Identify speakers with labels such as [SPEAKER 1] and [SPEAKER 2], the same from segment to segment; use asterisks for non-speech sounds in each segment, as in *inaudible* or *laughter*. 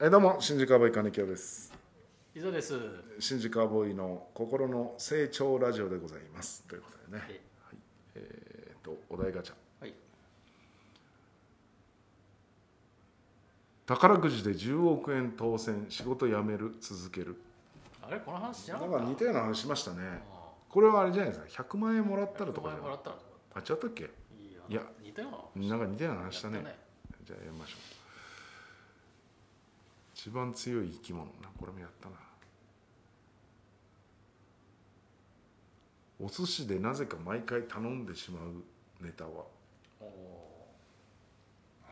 [SPEAKER 1] えどうも新宿アボイ金城です
[SPEAKER 2] 伊沢です。
[SPEAKER 1] 新宿アボイの心の成長ラジオでございますということでね、
[SPEAKER 2] え
[SPEAKER 1] えー、とお題ガチャ
[SPEAKER 2] はい。
[SPEAKER 1] 宝くじで10億円当選仕事辞める続ける
[SPEAKER 2] あれこの話し
[SPEAKER 1] な
[SPEAKER 2] なか
[SPEAKER 1] ん
[SPEAKER 2] っ
[SPEAKER 1] か
[SPEAKER 2] た。
[SPEAKER 1] 似たような話しましたね
[SPEAKER 2] あ
[SPEAKER 1] これはあれじゃないですか100万円もらっ
[SPEAKER 2] あ
[SPEAKER 1] たらとかじ
[SPEAKER 2] 100万円も
[SPEAKER 1] ゃ
[SPEAKER 2] ら
[SPEAKER 1] な
[SPEAKER 2] ったらとか。
[SPEAKER 1] いあ違ったっけ
[SPEAKER 2] いや
[SPEAKER 1] いや
[SPEAKER 2] 似たような話。
[SPEAKER 1] なんか似たような話したね
[SPEAKER 2] やった
[SPEAKER 1] じゃあやりましょう一番強い生き物なこれもやったなお寿司でなぜか毎回頼んでしまうネタは
[SPEAKER 2] おお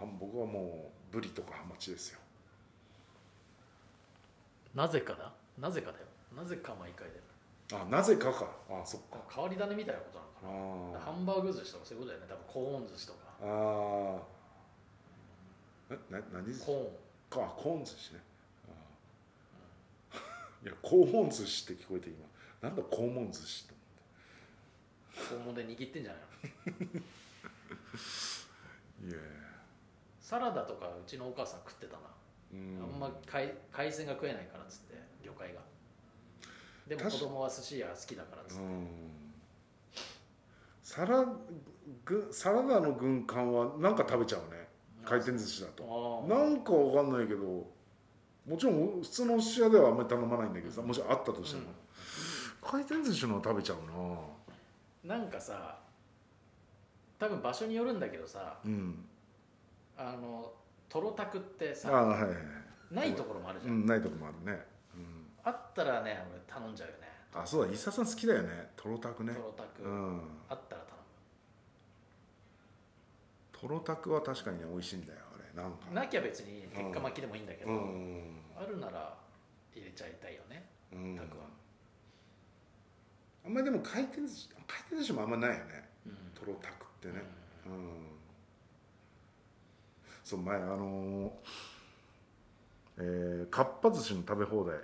[SPEAKER 1] あ僕はもうブリとかハマチですよ
[SPEAKER 2] ー。なぜかだ。なぜかだよ。なぜか毎回だよ。
[SPEAKER 1] あなぜかかあそっか
[SPEAKER 2] 変わり種みたいなことなの
[SPEAKER 1] あ
[SPEAKER 2] かな。
[SPEAKER 1] ー
[SPEAKER 2] ハンバーグ寿司とかそういうことだよね。多分コーン寿司とか。
[SPEAKER 1] あーえな何寿司
[SPEAKER 2] コ
[SPEAKER 1] かあコーン寿司ねあー *laughs* いや肛門寿司って聞こえて今なんだ肛門寿司と
[SPEAKER 2] ーン。肛門で握ってんじゃないの。
[SPEAKER 1] いや
[SPEAKER 2] サラダとかうちのお母さん食ってたな。
[SPEAKER 1] うん
[SPEAKER 2] あんま海海鮮が食えないからっつって魚介が。でも子
[SPEAKER 1] 確か
[SPEAKER 2] 供は寿司屋好きだからっつって。
[SPEAKER 1] うんサラぐサラダの軍艦はなんか食べちゃうね回転寿司だ
[SPEAKER 2] あ
[SPEAKER 1] と
[SPEAKER 2] ー
[SPEAKER 1] なんかわかんないけどもちろん普通のお寿司屋ではあんまり頼まないんだけどさもしあったとしても、
[SPEAKER 2] うん
[SPEAKER 1] 回転寿司のは食べちゃうな
[SPEAKER 2] なんかさ多分場所によるんだけどさ
[SPEAKER 1] うん
[SPEAKER 2] あのトロタクって
[SPEAKER 1] あ
[SPEAKER 2] さ
[SPEAKER 1] あはいはいはい、
[SPEAKER 2] ないところもあるじ
[SPEAKER 1] う
[SPEAKER 2] ゃん、
[SPEAKER 1] ん、ないとこもあるね、うん、
[SPEAKER 2] あったらね俺頼んじゃうよね
[SPEAKER 1] あそうだ伊佐さん好きだよねトロタクね
[SPEAKER 2] トロタク、
[SPEAKER 1] うん
[SPEAKER 2] あったら頼
[SPEAKER 1] トロタクは確かにね美味しいんだよあれなんか
[SPEAKER 2] むなきゃ別に鉄火巻きでもいいんだけど、
[SPEAKER 1] うん
[SPEAKER 2] あるなら入れちゃいたいよね
[SPEAKER 1] うん
[SPEAKER 2] タクは、
[SPEAKER 1] あんまりでも回転寿司回転寿司もあんまないよね
[SPEAKER 2] うん
[SPEAKER 1] トロタクってね
[SPEAKER 2] う
[SPEAKER 1] うん、そう前あのーえーかっぱ寿司の食べ放題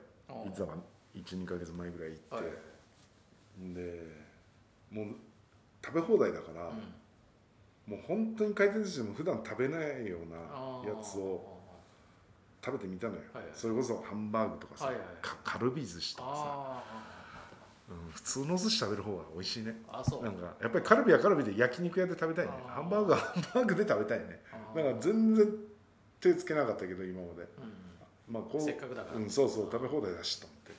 [SPEAKER 2] ん
[SPEAKER 1] いつだか12か月前ぐらい行って、
[SPEAKER 2] はい
[SPEAKER 1] でもう食べ放題だから、
[SPEAKER 2] うん
[SPEAKER 1] もう本当に回転寿司でも普段食べないような
[SPEAKER 2] あー
[SPEAKER 1] やつを食べてみたのよ、
[SPEAKER 2] はいはい
[SPEAKER 1] それこそハンバーグとかさ、
[SPEAKER 2] はいはい
[SPEAKER 1] かカルビ寿司とかさ、
[SPEAKER 2] あ
[SPEAKER 1] うん普通の寿司食べる方が美味しいね
[SPEAKER 2] ーあそう
[SPEAKER 1] なんかやっぱりカルビはカルビで焼肉屋で食べたいね
[SPEAKER 2] あー
[SPEAKER 1] ハンバーグはハンバーグで食べたいね
[SPEAKER 2] あ
[SPEAKER 1] だ
[SPEAKER 2] ー
[SPEAKER 1] から全然手つけなかったけど今まで
[SPEAKER 2] う
[SPEAKER 1] まあこ
[SPEAKER 2] んせっ
[SPEAKER 1] う、
[SPEAKER 2] かくだから、
[SPEAKER 1] うん、そうそう食べ放題だしと思ってやっ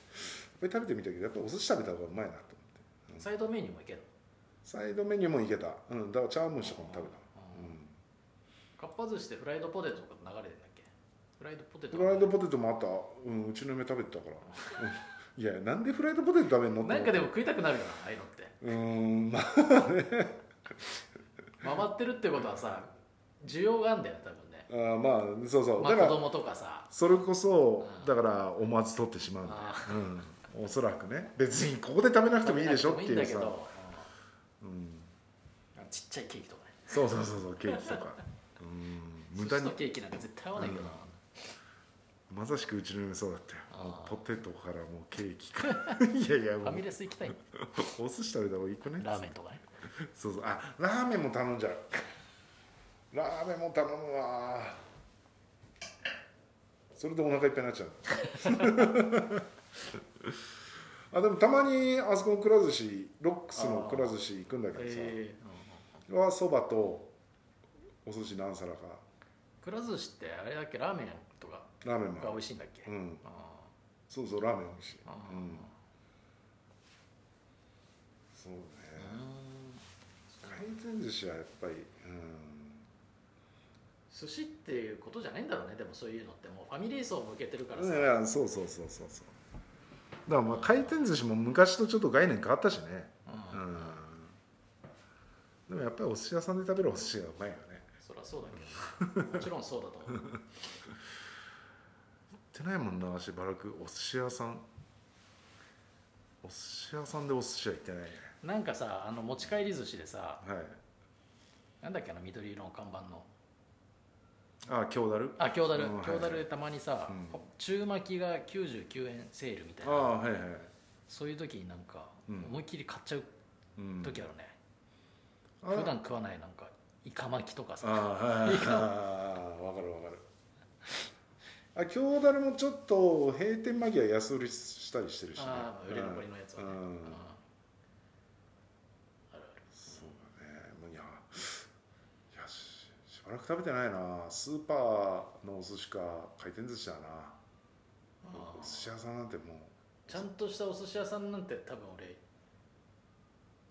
[SPEAKER 1] ぱり食べてみたけどやっぱお寿司食べた方がうまいなと思って
[SPEAKER 2] サイドメニューもいける
[SPEAKER 1] サイドメニューもいけた、うん、だからチャームシとかも食べた
[SPEAKER 2] うんかっぱ寿司ってフライドポテトとか流れてんだっけフライドポテト
[SPEAKER 1] うん、フライドポテトもあった、うん、うちの嫁食べてたから、うんいやなんでフライドポテト食べんのって思
[SPEAKER 2] な
[SPEAKER 1] っ
[SPEAKER 2] ん
[SPEAKER 1] て
[SPEAKER 2] かでも食いたくなるよなああいうのって
[SPEAKER 1] うんまあ
[SPEAKER 2] 回ってるってことはさ需要があるんだよね多分ね
[SPEAKER 1] あーまあそうそう、
[SPEAKER 2] まあ
[SPEAKER 1] だから
[SPEAKER 2] 子供とかさ
[SPEAKER 1] それこそ
[SPEAKER 2] うん
[SPEAKER 1] だから思わず取ってしまうんだよ
[SPEAKER 2] あ
[SPEAKER 1] うん、おそらくね別にここで食べなくてもいいでしょっていう
[SPEAKER 2] 食べなくてもんだけ
[SPEAKER 1] さ
[SPEAKER 2] ど
[SPEAKER 1] うん、
[SPEAKER 2] うんちっちゃいケーキとかね
[SPEAKER 1] そうそうそうそうケーキとか、うん、無駄に
[SPEAKER 2] 寿司とケーキなんか絶対合わないけどな、
[SPEAKER 1] まさしくうちの嫁そうだったよ
[SPEAKER 2] あー
[SPEAKER 1] ポテトからもうケーキから *laughs* いやいや
[SPEAKER 2] フ
[SPEAKER 1] も
[SPEAKER 2] ァミ
[SPEAKER 1] う
[SPEAKER 2] レス行きたい
[SPEAKER 1] お寿司食べた方がいいくね
[SPEAKER 2] ラーメンとかね
[SPEAKER 1] そうそうあラーメンも頼んじゃうラーメンも頼むわそれでお腹いっぱいになっちゃう
[SPEAKER 2] *laughs*
[SPEAKER 1] あでもたまにあそこのくら寿司ロックスのくら寿司行くんだけどさ、
[SPEAKER 2] え
[SPEAKER 1] はそばとお寿司何皿か
[SPEAKER 2] くら寿司ってあれだっけラーメンとか
[SPEAKER 1] ラーメンも
[SPEAKER 2] が美味しいんだっけ、
[SPEAKER 1] うん
[SPEAKER 2] あ
[SPEAKER 1] そうそうラーメン美味しい
[SPEAKER 2] ーあー
[SPEAKER 1] うんそうね
[SPEAKER 2] うん
[SPEAKER 1] 回転寿司はやっぱり
[SPEAKER 2] 寿司っていうことじゃないんだろうねでもそういうのってもうファミリー層向けてるから
[SPEAKER 1] うん
[SPEAKER 2] さ、
[SPEAKER 1] いやいやそうそうそうそうそうだからまあ回転寿司も昔とちょっと概念変わったしね
[SPEAKER 2] う
[SPEAKER 1] うんんでもやっぱりお寿司屋さんで食べるお寿司がうまいよね
[SPEAKER 2] そりゃそうだけどねもちろんそうだと思う
[SPEAKER 1] 行ってないもんなしばらくお寿司屋さんお寿司屋さんでお寿司は行ってないね *laughs*
[SPEAKER 2] なんかさあの持ち帰り寿司でさ
[SPEAKER 1] はい
[SPEAKER 2] なんだっけあの緑色の看板の
[SPEAKER 1] あ京だる
[SPEAKER 2] あ京樽
[SPEAKER 1] うんはい
[SPEAKER 2] 京樽でたまにさ、
[SPEAKER 1] うん
[SPEAKER 2] 中巻きが99円セールみたい
[SPEAKER 1] あ
[SPEAKER 2] な
[SPEAKER 1] はいはい
[SPEAKER 2] そういう時になんか
[SPEAKER 1] うん
[SPEAKER 2] 思いっきり買っちゃう
[SPEAKER 1] うん
[SPEAKER 2] 時あるね、
[SPEAKER 1] あ
[SPEAKER 2] 普段食わないなんかイカ巻きとか
[SPEAKER 1] あ
[SPEAKER 2] さ
[SPEAKER 1] あはいはいはいああわかるわかるあ京だれもちょっと閉店間際安売りしたりしてるしね
[SPEAKER 2] ああ売れ残りのやつはね、
[SPEAKER 1] うん
[SPEAKER 2] う
[SPEAKER 1] う
[SPEAKER 2] ん
[SPEAKER 1] ん
[SPEAKER 2] あるある
[SPEAKER 1] そうだねもういやいやししばらく食べてないなスーパーのお寿司か回転寿司だな
[SPEAKER 2] あ
[SPEAKER 1] お寿
[SPEAKER 2] あ
[SPEAKER 1] 司屋さんなんてもう
[SPEAKER 2] ちゃんとしたお寿司屋さんなんて多分俺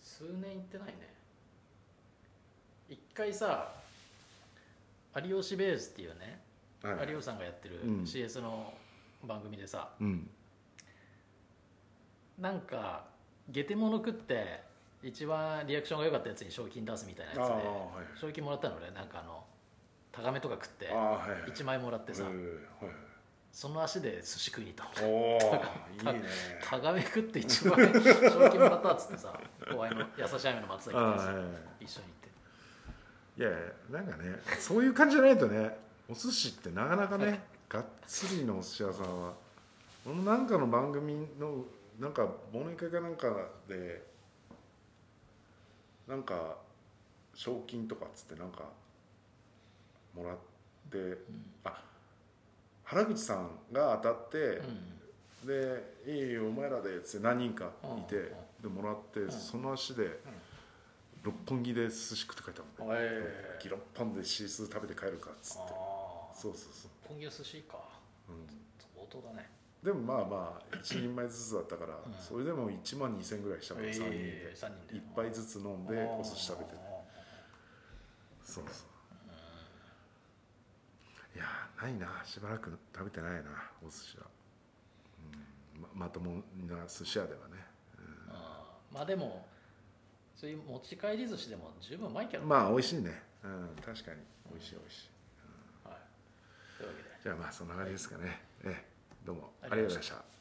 [SPEAKER 2] 数年行ってないね一回さ有吉ベースっていうね、
[SPEAKER 1] はい
[SPEAKER 2] 有吉さんがやってる
[SPEAKER 1] うん
[SPEAKER 2] CS の番組でさ、
[SPEAKER 1] うん
[SPEAKER 2] なんかゲテモノ食って一番リアクションが良かったやつに賞金出すみたいな
[SPEAKER 1] ああ
[SPEAKER 2] やつで
[SPEAKER 1] はい
[SPEAKER 2] 賞金もらったの俺なんかあの高めとか食って
[SPEAKER 1] ああはいはい
[SPEAKER 2] 1万円もらってさ、
[SPEAKER 1] ええはい
[SPEAKER 2] その足で寿司食いに行った
[SPEAKER 1] おお
[SPEAKER 2] *laughs*
[SPEAKER 1] いいね
[SPEAKER 2] タガメ食って一番 *laughs* 賞金もらったっつってさ後輩の優しい雨の松崎
[SPEAKER 1] あ
[SPEAKER 2] と
[SPEAKER 1] あ
[SPEAKER 2] さ
[SPEAKER 1] はいはい
[SPEAKER 2] 一緒に行って
[SPEAKER 1] いやいやなんかねそういう感じじゃないとねお寿司ってなかなか
[SPEAKER 2] は
[SPEAKER 1] ね
[SPEAKER 2] い
[SPEAKER 1] がっつりのお寿司屋さんは俺もなんかの番組のなんか忘年会かなんかでなんか賞金とかっつってなんかもらって、あ原口さんが当たって、
[SPEAKER 2] う
[SPEAKER 1] で「いいよお前らで」っつって何人かいて、でもらって、
[SPEAKER 2] ん
[SPEAKER 1] その足で、六本木で寿司食って帰ったもんね
[SPEAKER 2] んえ
[SPEAKER 1] ギロッパンでシースー食べて帰るかっつ
[SPEAKER 2] あ
[SPEAKER 1] って
[SPEAKER 2] あ
[SPEAKER 1] そうそうそう、
[SPEAKER 2] 今月寿司か
[SPEAKER 1] うん、
[SPEAKER 2] 相当だね
[SPEAKER 1] でもまあまあ1人前ずつだったから、
[SPEAKER 2] うん
[SPEAKER 1] それでも1万2000ぐらいしたから3人で、
[SPEAKER 2] ええ三人で
[SPEAKER 1] 一杯ずつ飲んでお寿司食べて
[SPEAKER 2] あ
[SPEAKER 1] そうそういやーないなしばらく食べてないなお寿司は、うん、ままともな寿司屋ではね
[SPEAKER 2] あああまあでもそういう持ち帰り寿司でも十分うまいけどね
[SPEAKER 1] まあ美味しいね、うん、確かに美味しい美味しい
[SPEAKER 2] はいというわけで
[SPEAKER 1] じゃあまあそんな感じですかね、ええどうもあ
[SPEAKER 2] あ
[SPEAKER 1] りがと
[SPEAKER 2] り
[SPEAKER 1] う
[SPEAKER 2] がとうございま
[SPEAKER 1] ご
[SPEAKER 2] した
[SPEAKER 1] ざいました